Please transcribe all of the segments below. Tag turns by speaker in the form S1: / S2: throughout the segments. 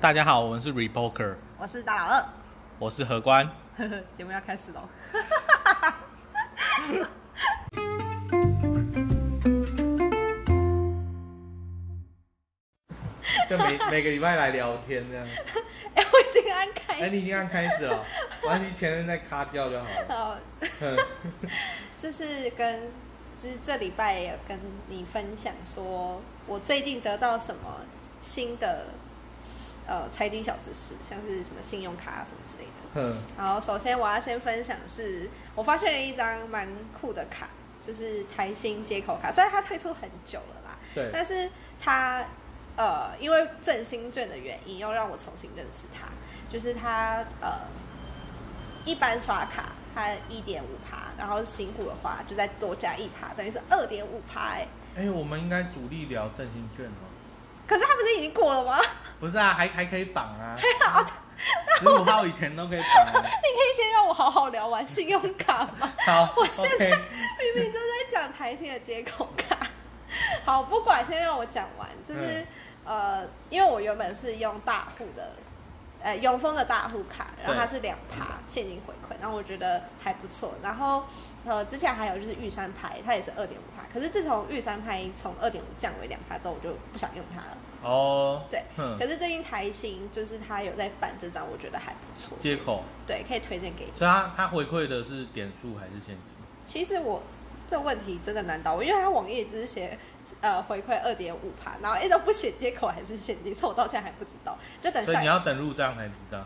S1: 大家好，我们是 Repoker，
S2: 我是大老二
S1: 我是何官。
S2: 呵呵， 节目要开始喽。
S1: 就每每个礼拜来聊天 这样。
S2: 哎、我已经按开
S1: 哎、
S2: 始。
S1: 你已经按开始
S2: 哎
S1: 了，完你前面再卡掉就好了。
S2: 好，
S1: 嗯
S2: 就是跟，就是这礼拜也有跟你分享说，我最近得到什么新的呃财经小知识，像是什么信用卡啊什么之类的。
S1: 嗯
S2: 好，首先我要先分享的是，我发现了一张蛮酷的卡，就是台新接口卡。虽然它推出很久了啦，
S1: 对
S2: 但是它呃，因为振兴券的原因，又让我重新认识它。就是它呃，一般刷卡它一点五趴，然后新户的话就再多加一趴，等于是二点五趴。哎、
S1: 哎、我们应该主力聊振兴券哦。
S2: 可是它不是已经过了吗？
S1: 不是啊，还还可以绑啊。十五号以前都可以绑、 啊。
S2: 你可以先让我好好聊完信用卡吗？
S1: 好
S2: 我现在
S1: ，OK。
S2: 明明都在讲台新的接口卡。 好，不管，先让我讲完。
S1: 嗯
S2: 就是、呃，因为我原本是用大户的，呃，永丰的大户卡，然后它
S1: 对
S2: 是两趴现金回馈，然后我觉得还不错。然后呃，之前还有就是玉山牌，它也是二点五趴，可是自从玉山牌从二点五降为两趴之后，我就不想用它了。
S1: 哦。
S2: 对，
S1: 嗯
S2: 可是最近台新就是它有在办这张，我觉得还不错。
S1: 接口，
S2: 对，可以推荐给你。
S1: 所以他他回馈的是点数还是现金？
S2: 其实我这问题真的难倒我，因为他网页只是写呃回馈二点五趴，然后一直都不写接口还是现金，所以我到现在还不知 道。就等
S1: 所以
S2: 下
S1: 你要等入账才知道。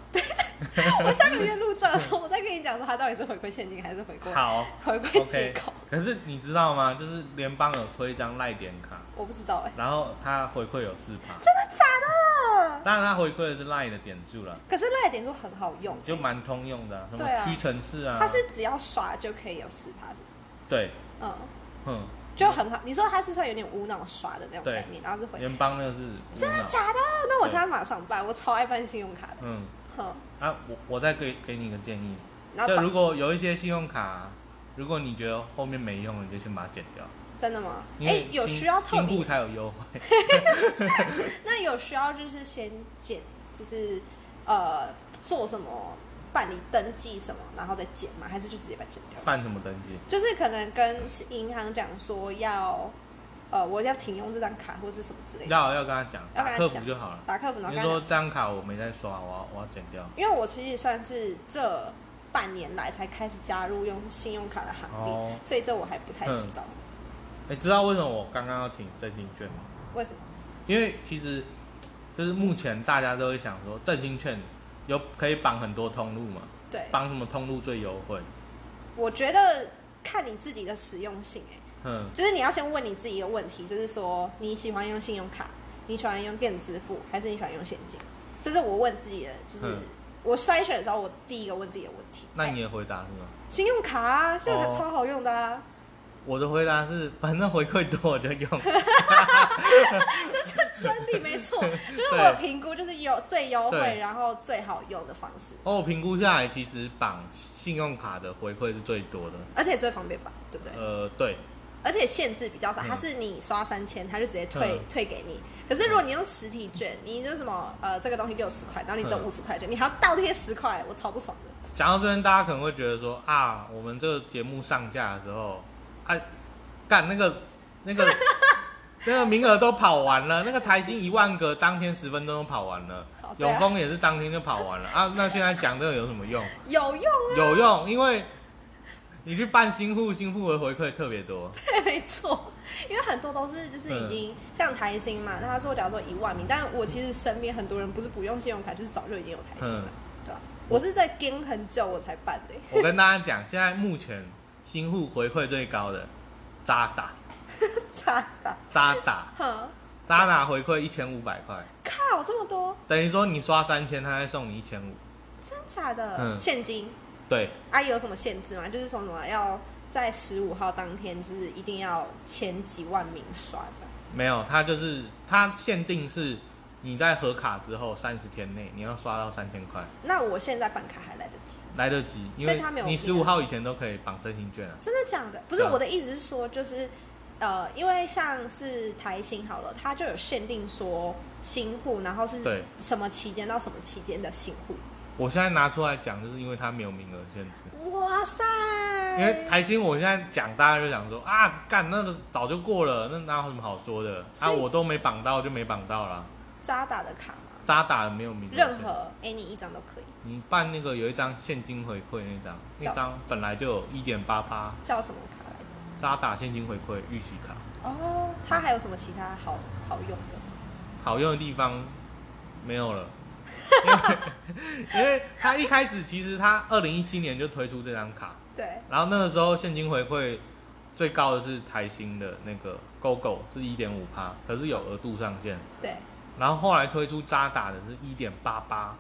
S2: 我下个月入账的时候，我再跟你讲说他到底是回馈现金还是回 馈
S1: 好。
S2: 回馈接
S1: OK
S2: 口，。
S1: 可是你知道吗？就是联邦有推一张赖点卡，
S2: 我不知道哎、
S1: 然后它回馈有四趴，
S2: 真的假的？
S1: 当然它回馈的是赖的点数啦，
S2: 可是赖点数很好用，
S1: 就蛮通用的啊、什
S2: 对
S1: 么
S2: 啊
S1: 屈臣氏啊，
S2: 它是只要刷就可以有四趴，是不
S1: 对，
S2: 是嗯，
S1: 哼，
S2: 就很好。你说它是算有点无脑刷的那种
S1: 对
S2: 概念，然后是回
S1: 联邦那个是无
S2: 真的
S1: 脑，
S2: 假的？那我现在马上办，我超爱办信用卡的。
S1: 嗯，
S2: 哼，
S1: 啊，我我再给给你一个建议，
S2: 然后
S1: 就
S2: 把
S1: 如果有一些信用卡、如果你觉得后面没用，你就先把它剪掉，
S2: 真的吗？
S1: 因
S2: 哎、
S1: 为
S2: 有
S1: 新
S2: 需要特
S1: 新
S2: 别
S1: 户才有优惠，
S2: 那有需要就是先减，就是呃做什么办理登记什么，然后再减吗？还是就直接把它减掉？
S1: 办什么登记？
S2: 就是可能跟银行讲说要呃我要停用这张卡或是什么之类的，
S1: 要要跟他讲，
S2: 要跟
S1: 打
S2: 他
S1: 客服
S2: 讲
S1: 就好了。
S2: 打客服，然
S1: 你就
S2: 后跟他
S1: 说
S2: 讲
S1: 这张卡我没在刷，我要我要剪掉。
S2: 因为我其实算是这半年来才开始加入用信用卡的行列，
S1: 哦
S2: 所以这我还不太知道、
S1: 你哎知道为什么我刚刚要停振兴券吗？
S2: 为什么。
S1: 因为其实就是目前大家都会想说，振兴券有可以绑很多通路嘛，
S2: 对，
S1: 绑什么通路最优惠？
S2: 我觉得看你自己的实用性、哎。
S1: 哼，
S2: 就是你要先问你自己一个问题，就是说你喜欢用信用卡，你喜欢用电子支付，还是你喜欢用现金？这是我问自己的，就是
S1: 嗯
S2: 我筛选的时候，我第一个问自己的问题。
S1: 那
S2: 哎
S1: 你的回答是什么？
S2: 信用卡啊，信用卡
S1: 哦
S2: 超好用 的啊，
S1: 我的回答是，反正回馈多我就用。
S2: 这是真理没 错。就是
S1: 对
S2: 我评估就是有最优惠，
S1: 对
S2: 然后最好用的方式，
S1: 哦，我评估下来，其实绑信用卡的回馈是最多的。
S2: 而且最方便吧，对不对？
S1: 呃，对，
S2: 而且限制比较少，
S1: 嗯
S2: 它是你刷三千，它就直接退、
S1: 嗯
S2: 退给你。可是如果你用实体券，你就是什么呃这个东西六十块，然后你只有
S1: 嗯
S2: 五十块券，你还要倒贴十块，我超不爽的。
S1: 讲到这边，大家可能会觉得说啊，我们这个节目上架的时候，啊，干那个那 个那个名额都跑完了，那个台新一万个，当天十分钟都跑完了
S2: 好，对啊
S1: 永丰也是当天就跑完了啊。那现在讲这个有什么用？
S2: 有用啊，
S1: 有用，因为你去办新户，新户的回馈特别多。
S2: 对，没错，因为很多都是就是已经、像台新嘛，他说假如说一万名，但我其实身边很多人不是不用信用卡，就是早就已经有台新了，对吧、我是在跟很久我才办的、
S1: 我跟大家讲，现在目前新户回馈最高的渣打，
S2: 差的，
S1: 渣打，
S2: 哼，
S1: 渣打回馈一千五百块，
S2: 靠，这么多，
S1: 等于说你刷三千，他再送你一千五。
S2: 真假的？
S1: 嗯
S2: 现金
S1: 对，
S2: 啊，有什么限制吗？就是说什么要在十五号当天，就是一定要前几万名刷这样。
S1: 没有，它就是它限定是你在核卡之后三十天内你要刷到三千块，
S2: 那我现在办卡还来得及？
S1: 来得及，因
S2: 所以
S1: 为
S2: 它没有
S1: 你
S2: 平
S1: 十
S2: 衡
S1: 五号以前都可以绑真心券啊。
S2: 真的假的？不是
S1: 对啊
S2: 我的意思是说，就是呃，因为像是台新好了，它就有限定说新户，然后是
S1: 对
S2: 什么期间到什么期间的新户。
S1: 我现在拿出来讲，就是因为它没有名额限制。
S2: 哇塞！
S1: 因为台新，我现在讲，大家就想说啊，干那个早就过了，那哪有什么好说的啊？
S2: 所以
S1: 我都没绑到，就没绑到啦。
S2: 渣打的卡嘛，
S1: 渣打没有名额限制，
S2: 任何 any 一张都可以，
S1: 你办那个有一张现金回馈那张，那
S2: 叫
S1: 张本来就有一点八八
S2: 叫什么卡来着？
S1: 渣打现金回馈预期卡，
S2: 哦，它还有什么其他好好用的吗？
S1: 好用的地方没有 了。因为因为他一开始其实他二零一七年就推出这张卡，
S2: 对，
S1: 然后那个时候现金回馈最高的是台新的那个 GoGo 是一点五趴，可是有额度上限。
S2: 对，
S1: 然后后来推出渣打的是一点八八，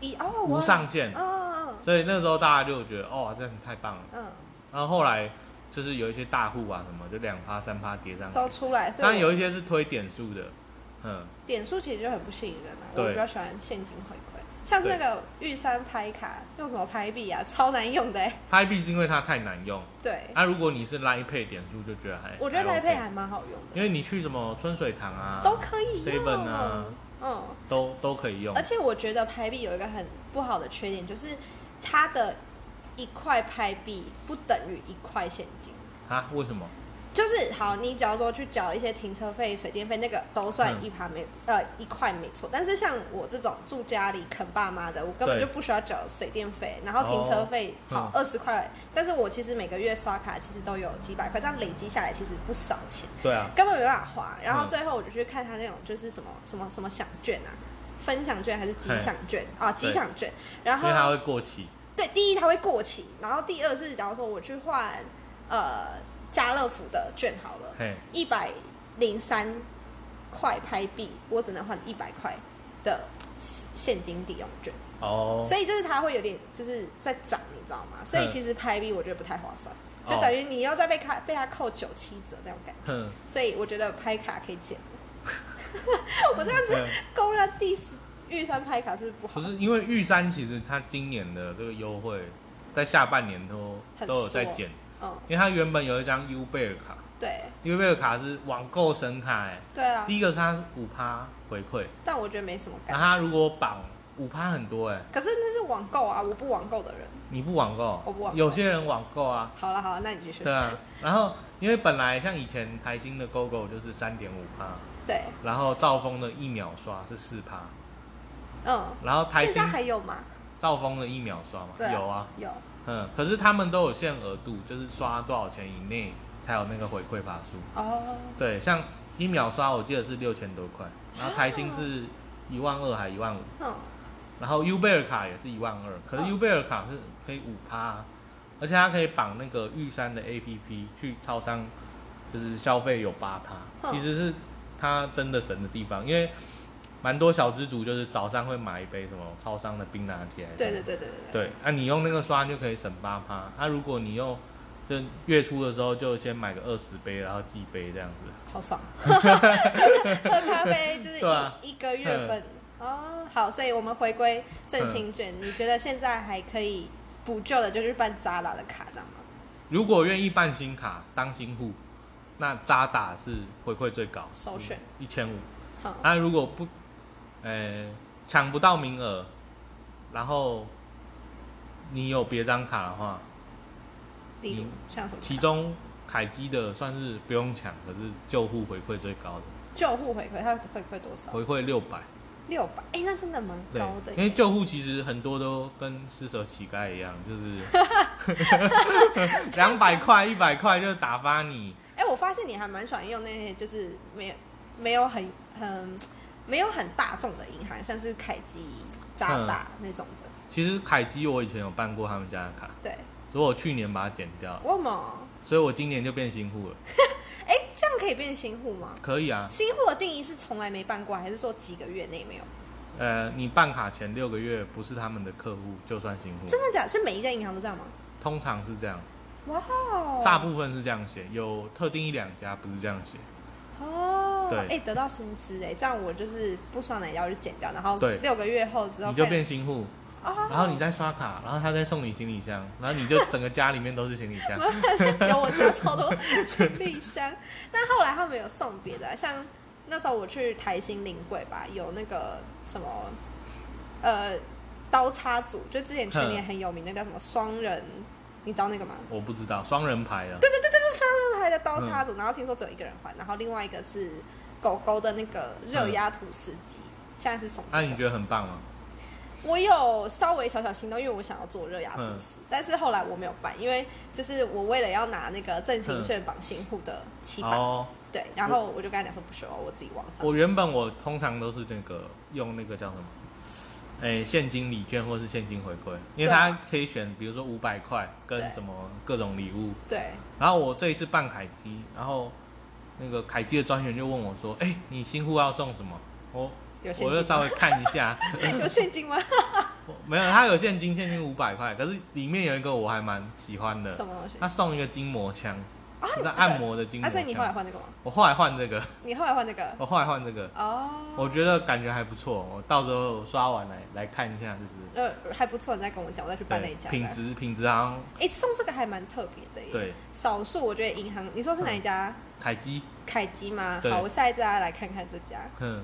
S2: 一哦，
S1: 无
S2: 我
S1: 上限
S2: 嗯嗯
S1: 所以那时候大家就觉得哦，这样太棒了。
S2: 嗯，
S1: 然后后来就是有一些大户啊什么，就两趴三趴叠上
S2: 嗯
S1: 去，
S2: 都出来，所以
S1: 当然
S2: 我
S1: 有一些是推点数的，嗯，
S2: 点数其实就很不吸引人啊。
S1: 对
S2: 我比较喜欢现金回馈，像是那
S1: 对
S2: 个玉山拍卡，用什么拍币啊， 超难用的、欸。
S1: 拍币是因为它太难用。
S2: 对，
S1: 啊，如果你是 Line Pay 点数，就觉得还
S2: 我觉得来
S1: OK
S2: 配还蛮好用的，
S1: 哎因为你去什么春水堂啊，
S2: 都可以用。
S1: Seven 啊，
S2: 嗯，
S1: 都都可以用
S2: 而。且我觉得拍币有一个很不好的缺点，就是它的一块拍币不等于一块现金。
S1: 啊？为什么？
S2: 就是好，你假如说去缴一些停车费、水电费，那个都算
S1: 嗯
S2: 一趴没、呃一块没错。但是像我这种住家里啃爸妈的，我根本
S1: 对
S2: 就不需要缴水电费，然后停车费
S1: 哦
S2: 好二十块，但是我其实每个月刷卡其实都有几百块，这样累积下来其实不少钱，
S1: 对啊，
S2: 根本没办法花。然后
S1: 嗯
S2: 最后我就去看他那种就是什么什么什么享券啊，分享券还是吉享券啊，吉
S1: 对
S2: 享券。然
S1: 因
S2: 后
S1: 为它会过期。
S2: 对，第一它会过期，然后第二是假如说我去换呃家乐福的券好了，
S1: 嘿，
S2: 一百零三块拍币，我只能换一百块的现金抵用券，
S1: 哦，
S2: 所以就是它会有点就是在涨，你知道吗？所以
S1: 嗯
S2: 其实拍币我觉得不太划算，
S1: 哦
S2: 就等于你要再被卡被它扣九七折那种感觉，
S1: 哼，
S2: 所以我觉得拍卡可以减。我这样子
S1: 嗯
S2: 公然 diss 玉山拍卡是不好
S1: 不
S2: 的，
S1: 是因为玉山其实它今年的这个优惠在下半年都
S2: 很
S1: 都有在
S2: 缩
S1: 减，
S2: 嗯，
S1: 因为它原本有一张 U 贝尔卡
S2: 对
S1: ，U 贝尔卡是网购神卡、欸，
S2: 对啊，
S1: 第一个是它五趴回馈，
S2: 但我觉得没什么
S1: 那
S2: 感觉。
S1: 它如果绑五趴很多哎、欸
S2: 可是那是网购啊，我不网购的人。
S1: 你不网购，
S2: 我不网购
S1: 有些人网购啊，
S2: 好了好了，那你继续。
S1: 对啊，然后因为本来像以前台新的 GoGo 就是三点五趴，
S2: 对，
S1: 然后兆丰的一秒刷是四趴，
S2: 嗯。
S1: 然后台
S2: 现
S1: 新
S2: 在还有吗？
S1: 兆丰的一秒刷嘛，
S2: 对、
S1: 有啊，，
S2: 有。
S1: 嗯，可是他们都有限额度，就是刷多少钱以内才有那个回馈法数。
S2: 哦，
S1: 对，像一秒刷我记得是六千多块，然后台新是
S2: 啊
S1: 一万二还一万五，
S2: 嗯，
S1: 然后 U 贝尔卡也是一万二，可
S2: 嗯
S1: 是 U 贝尔卡是可以五趴，啊而且它可以绑那个玉山的 APP 去超商，就是消费有八趴，
S2: 嗯
S1: 其实是它真的神的地方，因为蛮多小资族就是早上会买一杯什么超商的冰拿铁还是什么，
S2: 对对对对对。
S1: 对，啊，你用那个刷就可以省八趴。啊，如果你用就月初的时候就先买个二十杯，然后寄杯这样子。
S2: 好爽。喝咖啡就是一、
S1: 对啊嗯
S2: 一个月份。哦，好，所以我们回归振兴券，你觉得现在还可以补救的，就是办渣打的卡，这样吗？
S1: 如果愿意办新卡当新户，那渣打是回馈最高，嗯
S2: 首选
S1: 一千五。
S2: 好、
S1: 啊，如果不，呃，抢不到名额，然后你有别张卡的话，
S2: 例如
S1: 嗯
S2: 像什么卡？
S1: 其中凯基的算是不用抢，可是救护回馈最高的，
S2: 救护回馈，它回馈多少？
S1: 回馈六百。
S2: 六百，哎，那真的蛮
S1: 对
S2: 高的，耶。
S1: 因为救护其实很多都跟施舍乞丐一样，就是 两百块、一百块就打发你。
S2: 哎、我发现你还蛮喜欢用那些就是没有没有很很没有很大众的银行，像是凯基、渣
S1: 嗯
S2: 打那种的。
S1: 其实凯基我以前有办过他们家的卡，
S2: 对，
S1: 所以我去年把它剪掉了，
S2: 为什么？
S1: 所以我今年就变新户了。
S2: 哎、这样可以变新户吗？
S1: 可以啊，
S2: 新户的定义是从来没办过，还是说几个月内没有？
S1: 呃，你办卡前六个月不是他们的客户就算新户，
S2: 真的假的？是每一家银行都这样吗？
S1: 通常是这样，
S2: 哇哦！
S1: 大部分是这样写，有特定一两家不是这样写。
S2: 哦，
S1: 对
S2: 哎、得到薪资哎，这样我就是不爽哪一家我就减掉，然后
S1: 对
S2: 六个月后之后
S1: 你就
S2: 看
S1: 变新户，
S2: 哦，
S1: 然后你再刷卡，然后他再送你行李箱，然后你就整个家里面都是行李 箱。
S2: 有我家超多行李箱，但后来他们有送别的啊、像那时候我去台新临柜吧，有那个什么，呃，刀叉组，就之前去
S1: 哼
S2: 年很有名的叫什么双人，你知道那个吗？
S1: 我不知道双人牌的，
S2: 对对对对对，双人牌的刀叉
S1: 嗯
S2: 组，然后听说只有一个人还，然后另外一个是狗狗的那个热压吐司机，现在是送
S1: 那、嗯
S2: 这
S1: 啊你
S2: 个。
S1: 觉得很棒吗？
S2: 我有稍微小小心动，因为我想要做热压吐司，
S1: 嗯
S2: 但是后来我没有办，因为就是我为了要拿那个振兴券绑新户的期版，
S1: 嗯哦，
S2: 对，然后我就跟他讲说不需要，我自己网上。
S1: 我原本我通常都是那个用那个叫什么，哎、现金礼券或是现金回馈，因为
S2: 对
S1: 它可以选，比如说五百块跟
S2: 对
S1: 什么各种礼物。
S2: 对，
S1: 然后我这一次办凯基，然后那个凯基的专员就问我说：“哎、你新户要送什么？”我
S2: 有现
S1: 我就
S2: 金
S1: 稍微看一下，
S2: 有现金吗？
S1: 我没有，他有现金，现金五百块，可是里面有一个我还蛮喜欢的，啊
S2: 什么东西？
S1: 他送一个筋膜枪，
S2: 啊
S1: 就是按摩的筋
S2: 啊，
S1: 膜
S2: 所以你后来
S1: 枪。
S2: 换这个吗？
S1: 我后来换这个，
S2: 你后来换这个？
S1: 我后来换这个，
S2: 哦，
S1: 我觉得感觉还不错，我到时候刷完来来看一下，就是
S2: 呃，还不错，你再跟我讲，我再去办那一家。
S1: 对品质品质好像
S2: 哎、送这个还蛮特别的耶。，
S1: 对
S2: 少数我觉得银行，你说是哪一家？
S1: 凯基，
S2: 凯基吗？
S1: 对
S2: 好，我下一次再来看看这家。
S1: 哼，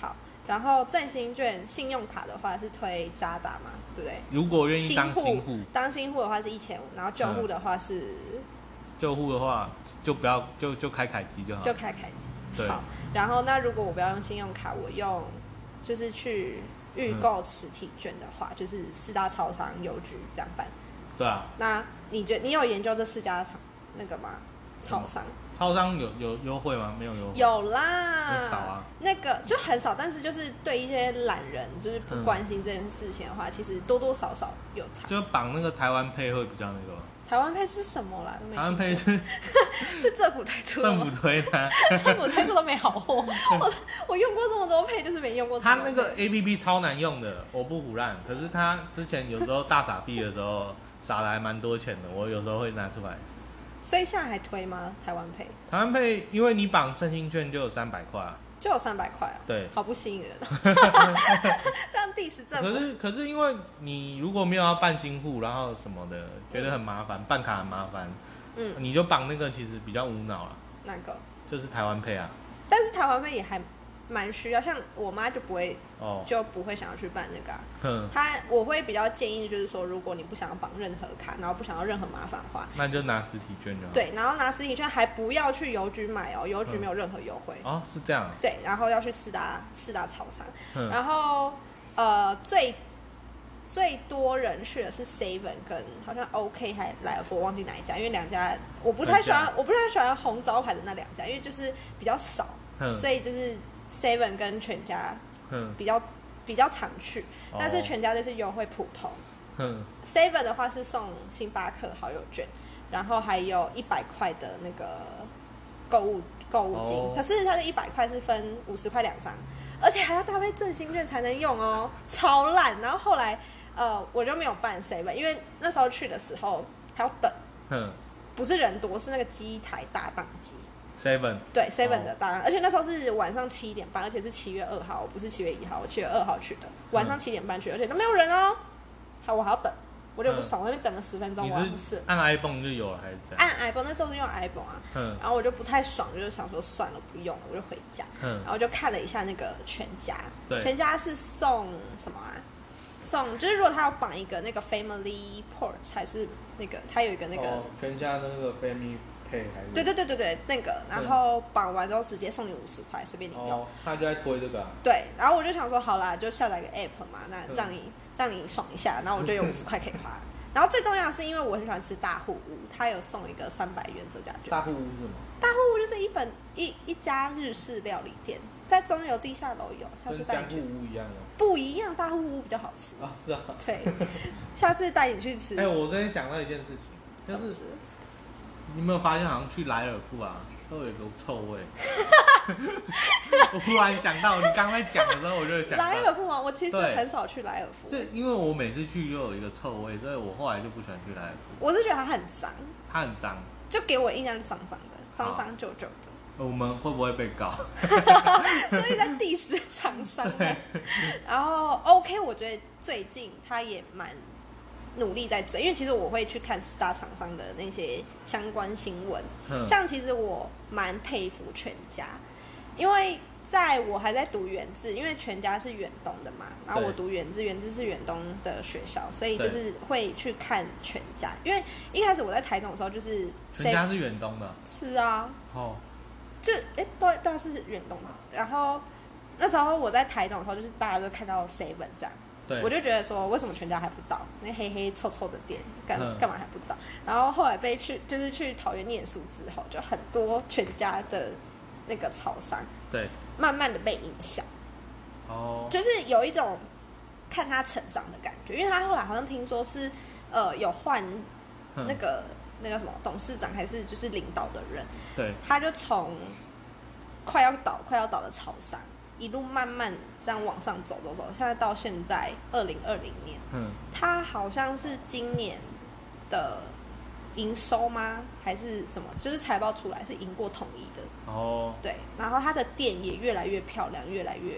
S2: 好，然后振兴券、信用卡的话是推渣打嘛，对不对？
S1: 如果愿意当新户嗯
S2: 户，当新户的话是一千五，然后旧户的话是、
S1: 旧户的话，就不要就就开凯基就好
S2: 就，开凯基。
S1: 对
S2: 好，然后那如果我不要用信用卡，我用就是去预
S1: 嗯
S2: 购实体券的话，就是四大超商、邮局这样办。
S1: 对啊，
S2: 那你觉你有研究这四家厂那个吗？超商
S1: 超商有有优惠吗？没有优惠，
S2: 有啦，
S1: 嗯很少啊
S2: 那个就很少，但是就是对一些懒人，就是不
S1: 嗯
S2: 关心这件事情的话，其实多多少少有差。
S1: 就绑那个台湾配会比较那个吧，
S2: 台湾配是什么啦？
S1: 台湾配
S2: 是
S1: 是
S2: 是政府推出的
S1: 政
S2: 吗
S1: 府？推的 啊，
S2: 政府推出都没好货，我 我用过这么多配，就是没用过台
S1: 它
S2: 湾
S1: 那
S2: 配。
S1: 个 A P P 超难用的，我不胡乱。可是它之前有时候大傻逼的时候，傻的还蛮多钱的，我有时候会拿出来。
S2: 所以现在还推吗？台湾配
S1: 台湾配，因为你绑振兴券就有三百块啊，
S2: 就有三百块哦，
S1: 对
S2: 好不吸引人 哦，这样 diss 政
S1: 可
S2: 府
S1: 是可是因为你如果没有要办新户，然后什么的，觉得很麻烦，办卡很麻烦，
S2: 嗯
S1: 你就绑那个其实比较无脑了，
S2: 那个，
S1: 就是台湾配啊。
S2: 但是台湾配也还蛮需要，像我妈就不会
S1: 哦，
S2: 就不会想要去办那个、啊，
S1: 哼，
S2: 她我会比较建议就是说，如果你不想要绑任何卡，然后不想要任何麻烦的话，
S1: 那就拿实体券就好。，
S2: 对，然后拿实体券还不要去邮局买哦，邮局没有任何优惠，
S1: 嗯哦，是这样啊。
S2: 对，然后要去四大四大超商，
S1: 哼，
S2: 然后呃最最多人去的是 Seven 跟好像 OK 还来尔我忘记哪一家，因为两家我不太喜
S1: 哪
S2: 欢
S1: 一，
S2: 我不太喜欢红招牌的那两家，因为就是比较少，
S1: 嗯
S2: 所以就是 Seven 跟全家
S1: 哼，
S2: 比较比较常去，但是
S1: 哦
S2: 全家这次优惠普通、
S1: 哼，
S2: s e v e n 的话是送星巴克好友券，然后还有一百块的那个购物购物金，
S1: 哦
S2: 可是它的一百块是分五十块两张，而且还要搭配振兴券才能用哦， 超烂。然后后来呃我就没有办 Seven，因为那时候去的时候还要等，
S1: 哼
S2: 不是人多，是那个机台大档机。
S1: ，seven，
S2: 对
S1: 哦
S2: Seven 的档，而且那时候是晚上七点半，而且是七月二号，我不是七月一号，我七月二号去的，
S1: 嗯
S2: 晚上七点半去，而且都没有人哦，好，我还要等，我就不爽，我那边等了十分钟，我还
S1: 嗯你
S2: 不
S1: 是
S2: 是
S1: 按 iPhone 就有了还是这样？
S2: 按 iPhone，那时候是用 iPhone 啊，
S1: 哼
S2: 然后我就不太爽，就是想说算了，不用了，我就回家，
S1: 哼
S2: 然。后就看了一下那个全家，
S1: 嗯对
S2: 全家是送什么啊？送就是如果他要绑一个那个 Family Port 还是那个，他有一个那个。
S1: 哦、全家的那个 Family Pay 还是
S2: 对对对对对，那个，然
S1: 对
S2: 后绑完之后直接送你五十块，随便你用。
S1: 哦，他就在推这个、啊，
S2: 对，然后我就想说，好啦，就下载个 app 嘛，那
S1: 嗯
S2: 让你让你爽一下，然后 我就有五十块可以花。然后最重要的是，因为我很喜欢吃大户屋，它有送一个三百元折价券。
S1: 大户屋是吗？
S2: 大户屋就是一本一一家日式料理店，在中油地下楼有，下次
S1: 跟
S2: 带
S1: 江
S2: 你
S1: 户
S2: 去吃。
S1: 屋一样吗？
S2: 不一样，大户屋比较好吃。
S1: 啊，是啊。
S2: 对，下次带你去吃。
S1: 哎、我昨天想到一件事情，就
S2: 怎么
S1: 是
S2: 吃
S1: 你有没有发现，好像去莱尔富啊，都有一股臭 味。我忽然想到，你刚才讲的时候，我就想到，
S2: 莱尔夫吗？我其实
S1: 对
S2: 很少去莱尔夫
S1: 就，因为我每次去又有一个臭味，所以我后来就不喜欢去莱尔富，
S2: 我是觉得它很脏，
S1: 它很脏。
S2: 就给我印象是脏脏的，脏
S1: 好
S2: 脏旧旧的。
S1: 呃我们会不会被告？
S2: 所以在 diss 厂商 啊。然后 OK，我觉得最近他也蛮努力在追，因为其实我会去看四大厂商的那些相关新闻。
S1: 哼
S2: 像其实我蛮佩服全家，因为在我还在读原字，因为全家是远东的嘛，然后
S1: 对
S2: 我读原字，原字是远东的学校，所以
S1: 对
S2: 就是会去看全家。因为一开始我在台中的时候，就是
S1: 全家是远东的
S2: 是啊，
S1: 哦，
S2: 就哎，对对啊，是远东嘛。然后那时候我在台中的时候，就是大家都看到 Seven 这样，
S1: 对，
S2: 我就觉得说，为什么全家还不到？那黑黑臭臭的店干
S1: 嗯
S2: 干嘛还不到？然后后来被去就是去桃园念书之后，就很多全家的那个超商
S1: 对
S2: 慢慢的被影响，
S1: 哦，
S2: 就是有一种看他成长的感觉，因为他后来好像听说是呃有换
S1: 哼
S2: 那个、那个什么董事长还是就是领导的人，
S1: 对
S2: 他就从快要倒、快要倒的潮商，一路慢慢这样往上走走走，现在到现在二零二零年，
S1: 嗯
S2: 他好像是今年的营收吗？还是什么？就是财报出来是赢过统一的，
S1: 哦，
S2: 对。然后他的店也越来越漂亮，越来越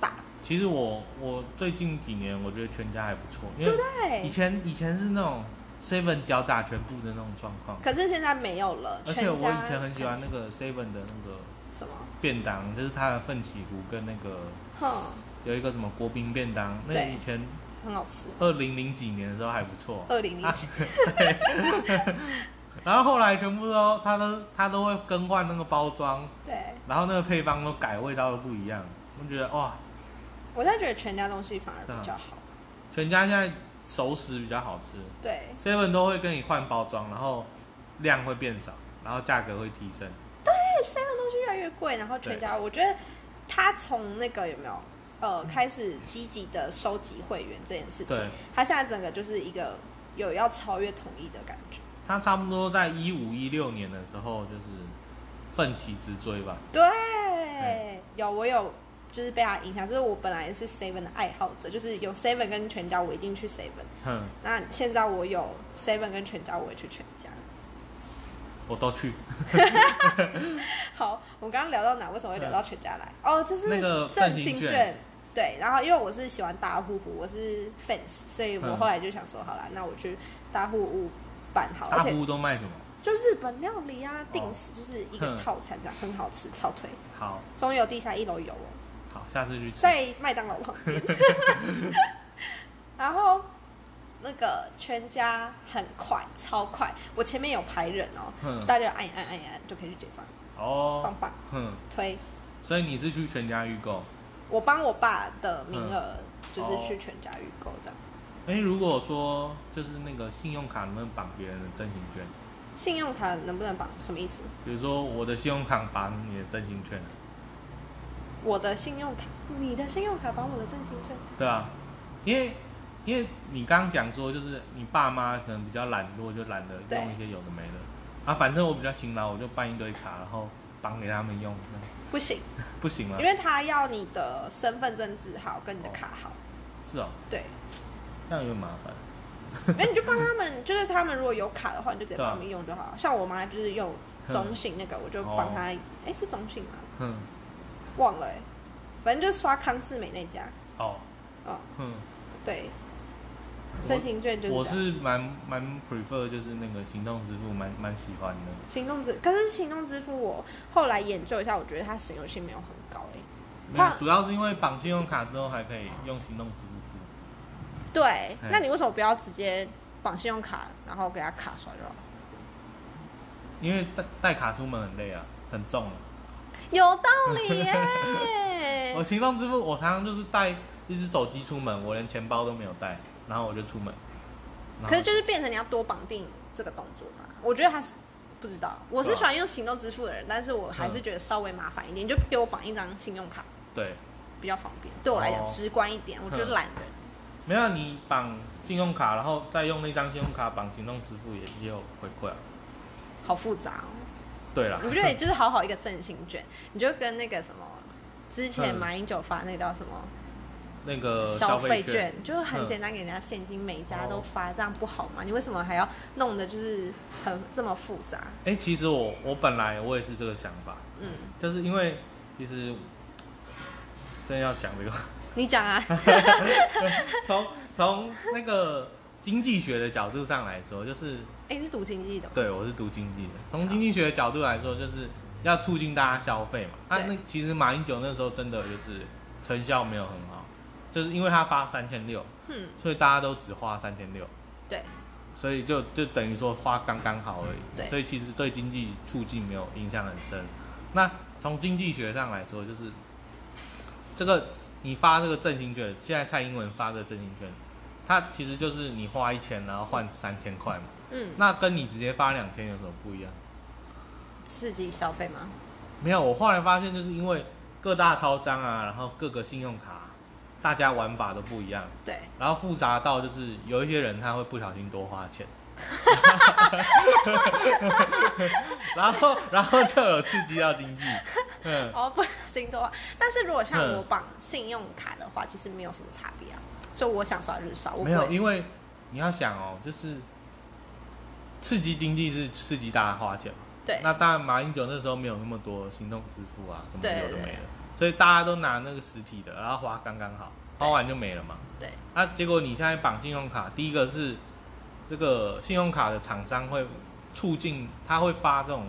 S2: 大，
S1: 其实我我最近几年我觉得全家还不错，因
S2: 对不
S1: 为以
S2: 对？
S1: 前以前是那种 seven 吊打全部的那种状况，
S2: 可是现在没有了，
S1: 而
S2: 全
S1: 且
S2: 家
S1: 我以前很喜欢那
S2: 个
S1: 个 seven 的那个
S2: 什么，
S1: 便当，就是它的奋起湖跟那个
S2: 哼，
S1: 有一个什么国宾便当，那个
S2: 对
S1: 以前
S2: 很好吃。
S1: 二零零几年的时候还不错，
S2: 二零零
S1: 啊
S2: 七，
S1: 然后后来全部都它都它都会更换那个包装，
S2: 对
S1: 然后那个配方都改，味道都不一样，我觉得哇，
S2: 我现在觉得全家东西反而比较好，
S1: 全家现在熟食比较好吃
S2: 对。
S1: ，seven 都会跟你换包装，然后量会变少，然后价格会提升，
S2: seven 东西越来越贵，然后全家，我觉得他从那个有没有呃开始积极的收集会员这件事
S1: 对
S2: 情，他现在整个就是一个有要超越统一的感觉。
S1: 它差不多在一五一六年的时候就是奋起直追吧，
S2: 对，有我有就是被他影响，就是我本来是 seven 的爱好者，就是有 seven 跟全家，我一定去 seven。
S1: 哼，
S2: 那现在我有 seven 跟全家，我也去全家。
S1: 我都去。
S2: 好，我们刚刚聊到哪？为什么会聊到全家来？哦，就是
S1: 那个
S2: 振
S1: 奋兴
S2: 兴
S1: 券
S2: 券。对，然后因为我是喜欢大户户，我是 fans，所以我
S1: 嗯
S2: 后来就想说，好啦，那我去大户户办好，
S1: 大
S2: 而且
S1: 呼都卖什么？
S2: 就日本料理啊，定
S1: 哦
S2: 时就是一个
S1: 哼
S2: 套餐这样，很好吃，超推。
S1: 好
S2: 中油地下一楼有哦，
S1: 好，下次去吃。
S2: 在麦当劳旁 边。然后那个全家很快，超快，我前面有排人哦，
S1: 哼
S2: 大家就按一按按一按就可以去结账，
S1: 哦
S2: 棒，棒
S1: 哼，
S2: 推。
S1: 所以你是去全家预购？
S2: 我帮我爸的名额就是
S1: 哦
S2: 去全家预购这样，
S1: 哎、如果说就是那个信用卡能不能绑别人的真行券？
S2: 信用卡能不能绑？什么意思？
S1: 比如说我的信用卡绑你的真行券，
S2: 我的信用卡，你的信用卡绑我的振兴券，
S1: 对啊，因为因为你刚刚讲说，就是你爸妈可能比较懒惰，就懒得
S2: 对
S1: 用一些有的没的啊。反正我比较勤劳，我就办一堆卡，然后绑给他们用，那
S2: 不行，
S1: 不行吗
S2: 因？为他要你的身份证字号跟你的卡号，
S1: 是哦，
S2: 对，
S1: 这样有点麻烦。
S2: 那你就帮他们，就是他们如果有卡的话，你就直接
S1: 对啊
S2: 帮他们用就好 了。像我妈就是用中信那个，我就帮她，哎，是中信吗？
S1: 哼，
S2: 忘了哎，反正就刷康世美那家，
S1: 哦，
S2: 哦，
S1: 哼，
S2: 对，
S1: 我
S2: 振兴券就是
S1: 我
S2: 这样
S1: 是蛮蛮 prefer 就是那个行动支付，蛮蛮喜欢的。
S2: 行动支，可是行动支付我后来研究一下，我觉得它实用性没有很高欸诶、
S1: 没
S2: 那
S1: 有，主要是因为绑信用卡之后还可以用行动支付，
S2: 对
S1: 嗯，
S2: 那你为什么不要直接绑信用卡，然后给它卡刷就好？
S1: 因为带带卡出门很累啊，很重啊。
S2: 有道理耶、
S1: 我行动支付，我常常就是带一只手机出门，我连钱包都没有带，然后我就出门。然后
S2: 可是就是变成你要多绑定这个动作嘛？我觉得还是不知道，我是喜欢用行动支付的人，但是我还是觉得稍微麻烦一点，你就给我绑一张信用卡
S1: 对，
S2: 比较方便，对我来讲
S1: 哦
S2: 直观一点，我觉得懒人。
S1: 没有啊你绑信用卡，然后再用那张信用卡绑行动支付也也有回馈啊。
S2: 好复杂哦。
S1: 对啦
S2: 你，不觉得就是好好一个振兴券，你就跟那个什么之前
S1: 嗯
S2: 马英九发那个叫什么
S1: 那个
S2: 消
S1: 费
S2: 券，就是很
S1: 嗯
S2: 简单给人家现金，每一家
S1: 哦
S2: 都发，这样不好吗？你为什么还要弄得就是很这么复杂？
S1: 哎、其实我我本来我也是这个想法，
S2: 嗯，
S1: 就是因为其实真的要讲这个，
S2: 你讲啊，
S1: 从从那个经济学的角度上来说，就是
S2: 哎，你是读经济的吗，
S1: 对我是读经济的，从经济学的角度来说，就是要促进大家消费嘛。那、
S2: 对
S1: 那其实马英九那时候真的就是成效没有很好，就是因为他发三千六，
S2: 嗯，
S1: 所以大家都只花三千六，
S2: 对，
S1: 所以就就等于说花刚刚好而已。
S2: 对
S1: 所以其实对经济促进没有影响很深。那从经济学上来说，就是这个你发这个振兴券，现在蔡英文发这个振兴券，它其实就是你花一千然后换三千块嘛，
S2: 嗯，
S1: 那跟你直接发两千有什么不一样？
S2: 刺激消费吗？
S1: 没有，我后来发现就是因为各大超商啊，然后各个信用卡，大家玩法都不一样。
S2: 对，
S1: 然后复杂到就是有一些人他会不小心多花 钱，然后然后就有刺激到经济，嗯，
S2: 哦，不行的话，但是如果像
S1: 嗯
S2: 我绑信用卡的话，其实没有什么差别啊。就我想刷日刷，我不
S1: 没有，
S2: 会，
S1: 因为你要想哦，就是刺激经济是刺激大家花钱嘛，
S2: 对
S1: 那当然马英九那时候没有那么多行动支付啊什么
S2: 对
S1: 有的
S2: 对
S1: 没
S2: 对
S1: 的，所以大家都拿那个实体的，然后花刚刚好，花完就没了嘛。
S2: 对，
S1: 那、啊结果你现在绑信用卡，第一个是这个信用卡的厂商会促进，他会发这种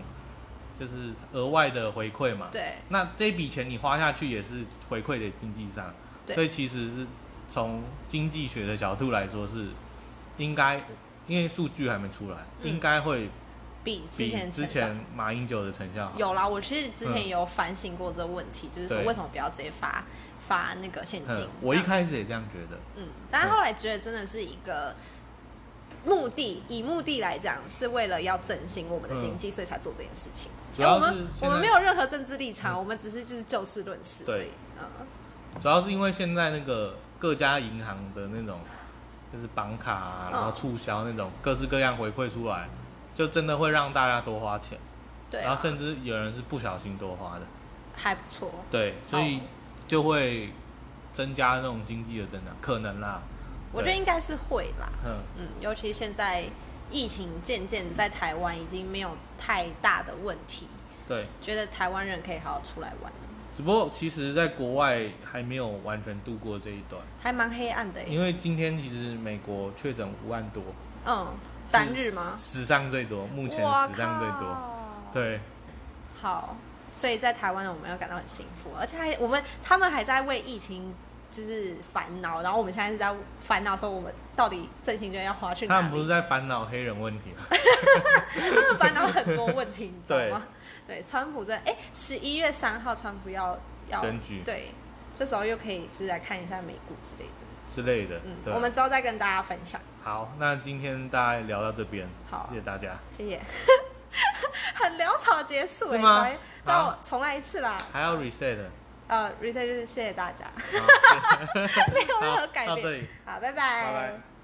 S1: 就是额外的回馈嘛。。
S2: 对，
S1: 那这笔钱你花下去也是回馈给经济上，
S2: 对
S1: 所以其实是从经济学的角度来说是应该，因为数据还没出来，
S2: 嗯
S1: 应该会
S2: 比之
S1: 比
S2: 前
S1: 之
S2: 成效
S1: 前马英九的成效好。
S2: 有啦，我其实之前
S1: 嗯
S2: 有反省过这个问题，就是说
S1: 对
S2: 为什么不要直接发发那个现金
S1: 嗯？，我一
S2: 那
S1: 开始也这样觉得。
S2: 嗯，但是后来觉得真的是一个目的，以目的来讲，是为了要振兴我们的经济，所以才做这件事情。
S1: 嗯主要
S2: 因为我
S1: 是
S2: 们我
S1: 现在嗯
S2: 们没有任何政治立场，我们只是就是就事论事。
S1: 对
S2: 而已，嗯，
S1: 主要是因为现在那个各家银行的那种，就是绑卡、啊
S2: 嗯，
S1: 然后促销那种各式各样回馈出来，就真的会让大家多花钱，
S2: 对
S1: 然
S2: 啊
S1: 后，甚至有人是不小心多花的，
S2: 还不错。
S1: 对，所以
S2: 哦
S1: 就会增加那种经济的增长，可能啦，
S2: 我觉得
S1: 对
S2: 应该是会啦，
S1: 嗯，
S2: 嗯，尤其现在疫情渐渐地在台湾已经没有太大的问题，
S1: 对，
S2: 觉得台湾人可以好好出来玩了。
S1: 只不过其实在国外还没有完全度过这一段，
S2: 还蛮黑暗的耶。
S1: 因为今天其实美国确诊五万多，
S2: 嗯，单日吗？
S1: 史上最多，目前
S2: 哇
S1: 史上最多，
S2: 靠。
S1: 对。
S2: 好，所以在台湾我们要感到很幸福，而且还我们他们还在为疫情就是烦恼，然后我们现在是在烦恼说我们到底振兴券要花去哪
S1: 他
S2: 里？
S1: 们不是在烦恼黑人问题 吗？
S2: 他们烦恼很多问题，你 知道吗？对，川普这哎，十一月三号川普要要
S1: 选举
S2: 对，这时候又可以就是来看一下美股之类的。
S1: 之类的。
S2: 嗯，
S1: 对啊
S2: 我们之后再跟大家分享。
S1: 好，那今天大概聊到这边，
S2: 好
S1: 谢谢大家。
S2: 谢谢。 很潦草结束
S1: 是
S2: 哎、
S1: 吗
S2: 欸，那我
S1: 好
S2: 重来一次啦。
S1: 还要 reset，
S2: 呃 r e s e t 就是谢谢大家，
S1: 好
S2: 没有任何
S1: 好
S2: 改
S1: 到这
S2: 变。
S1: 里，
S2: 好，拜拜。
S1: 拜拜。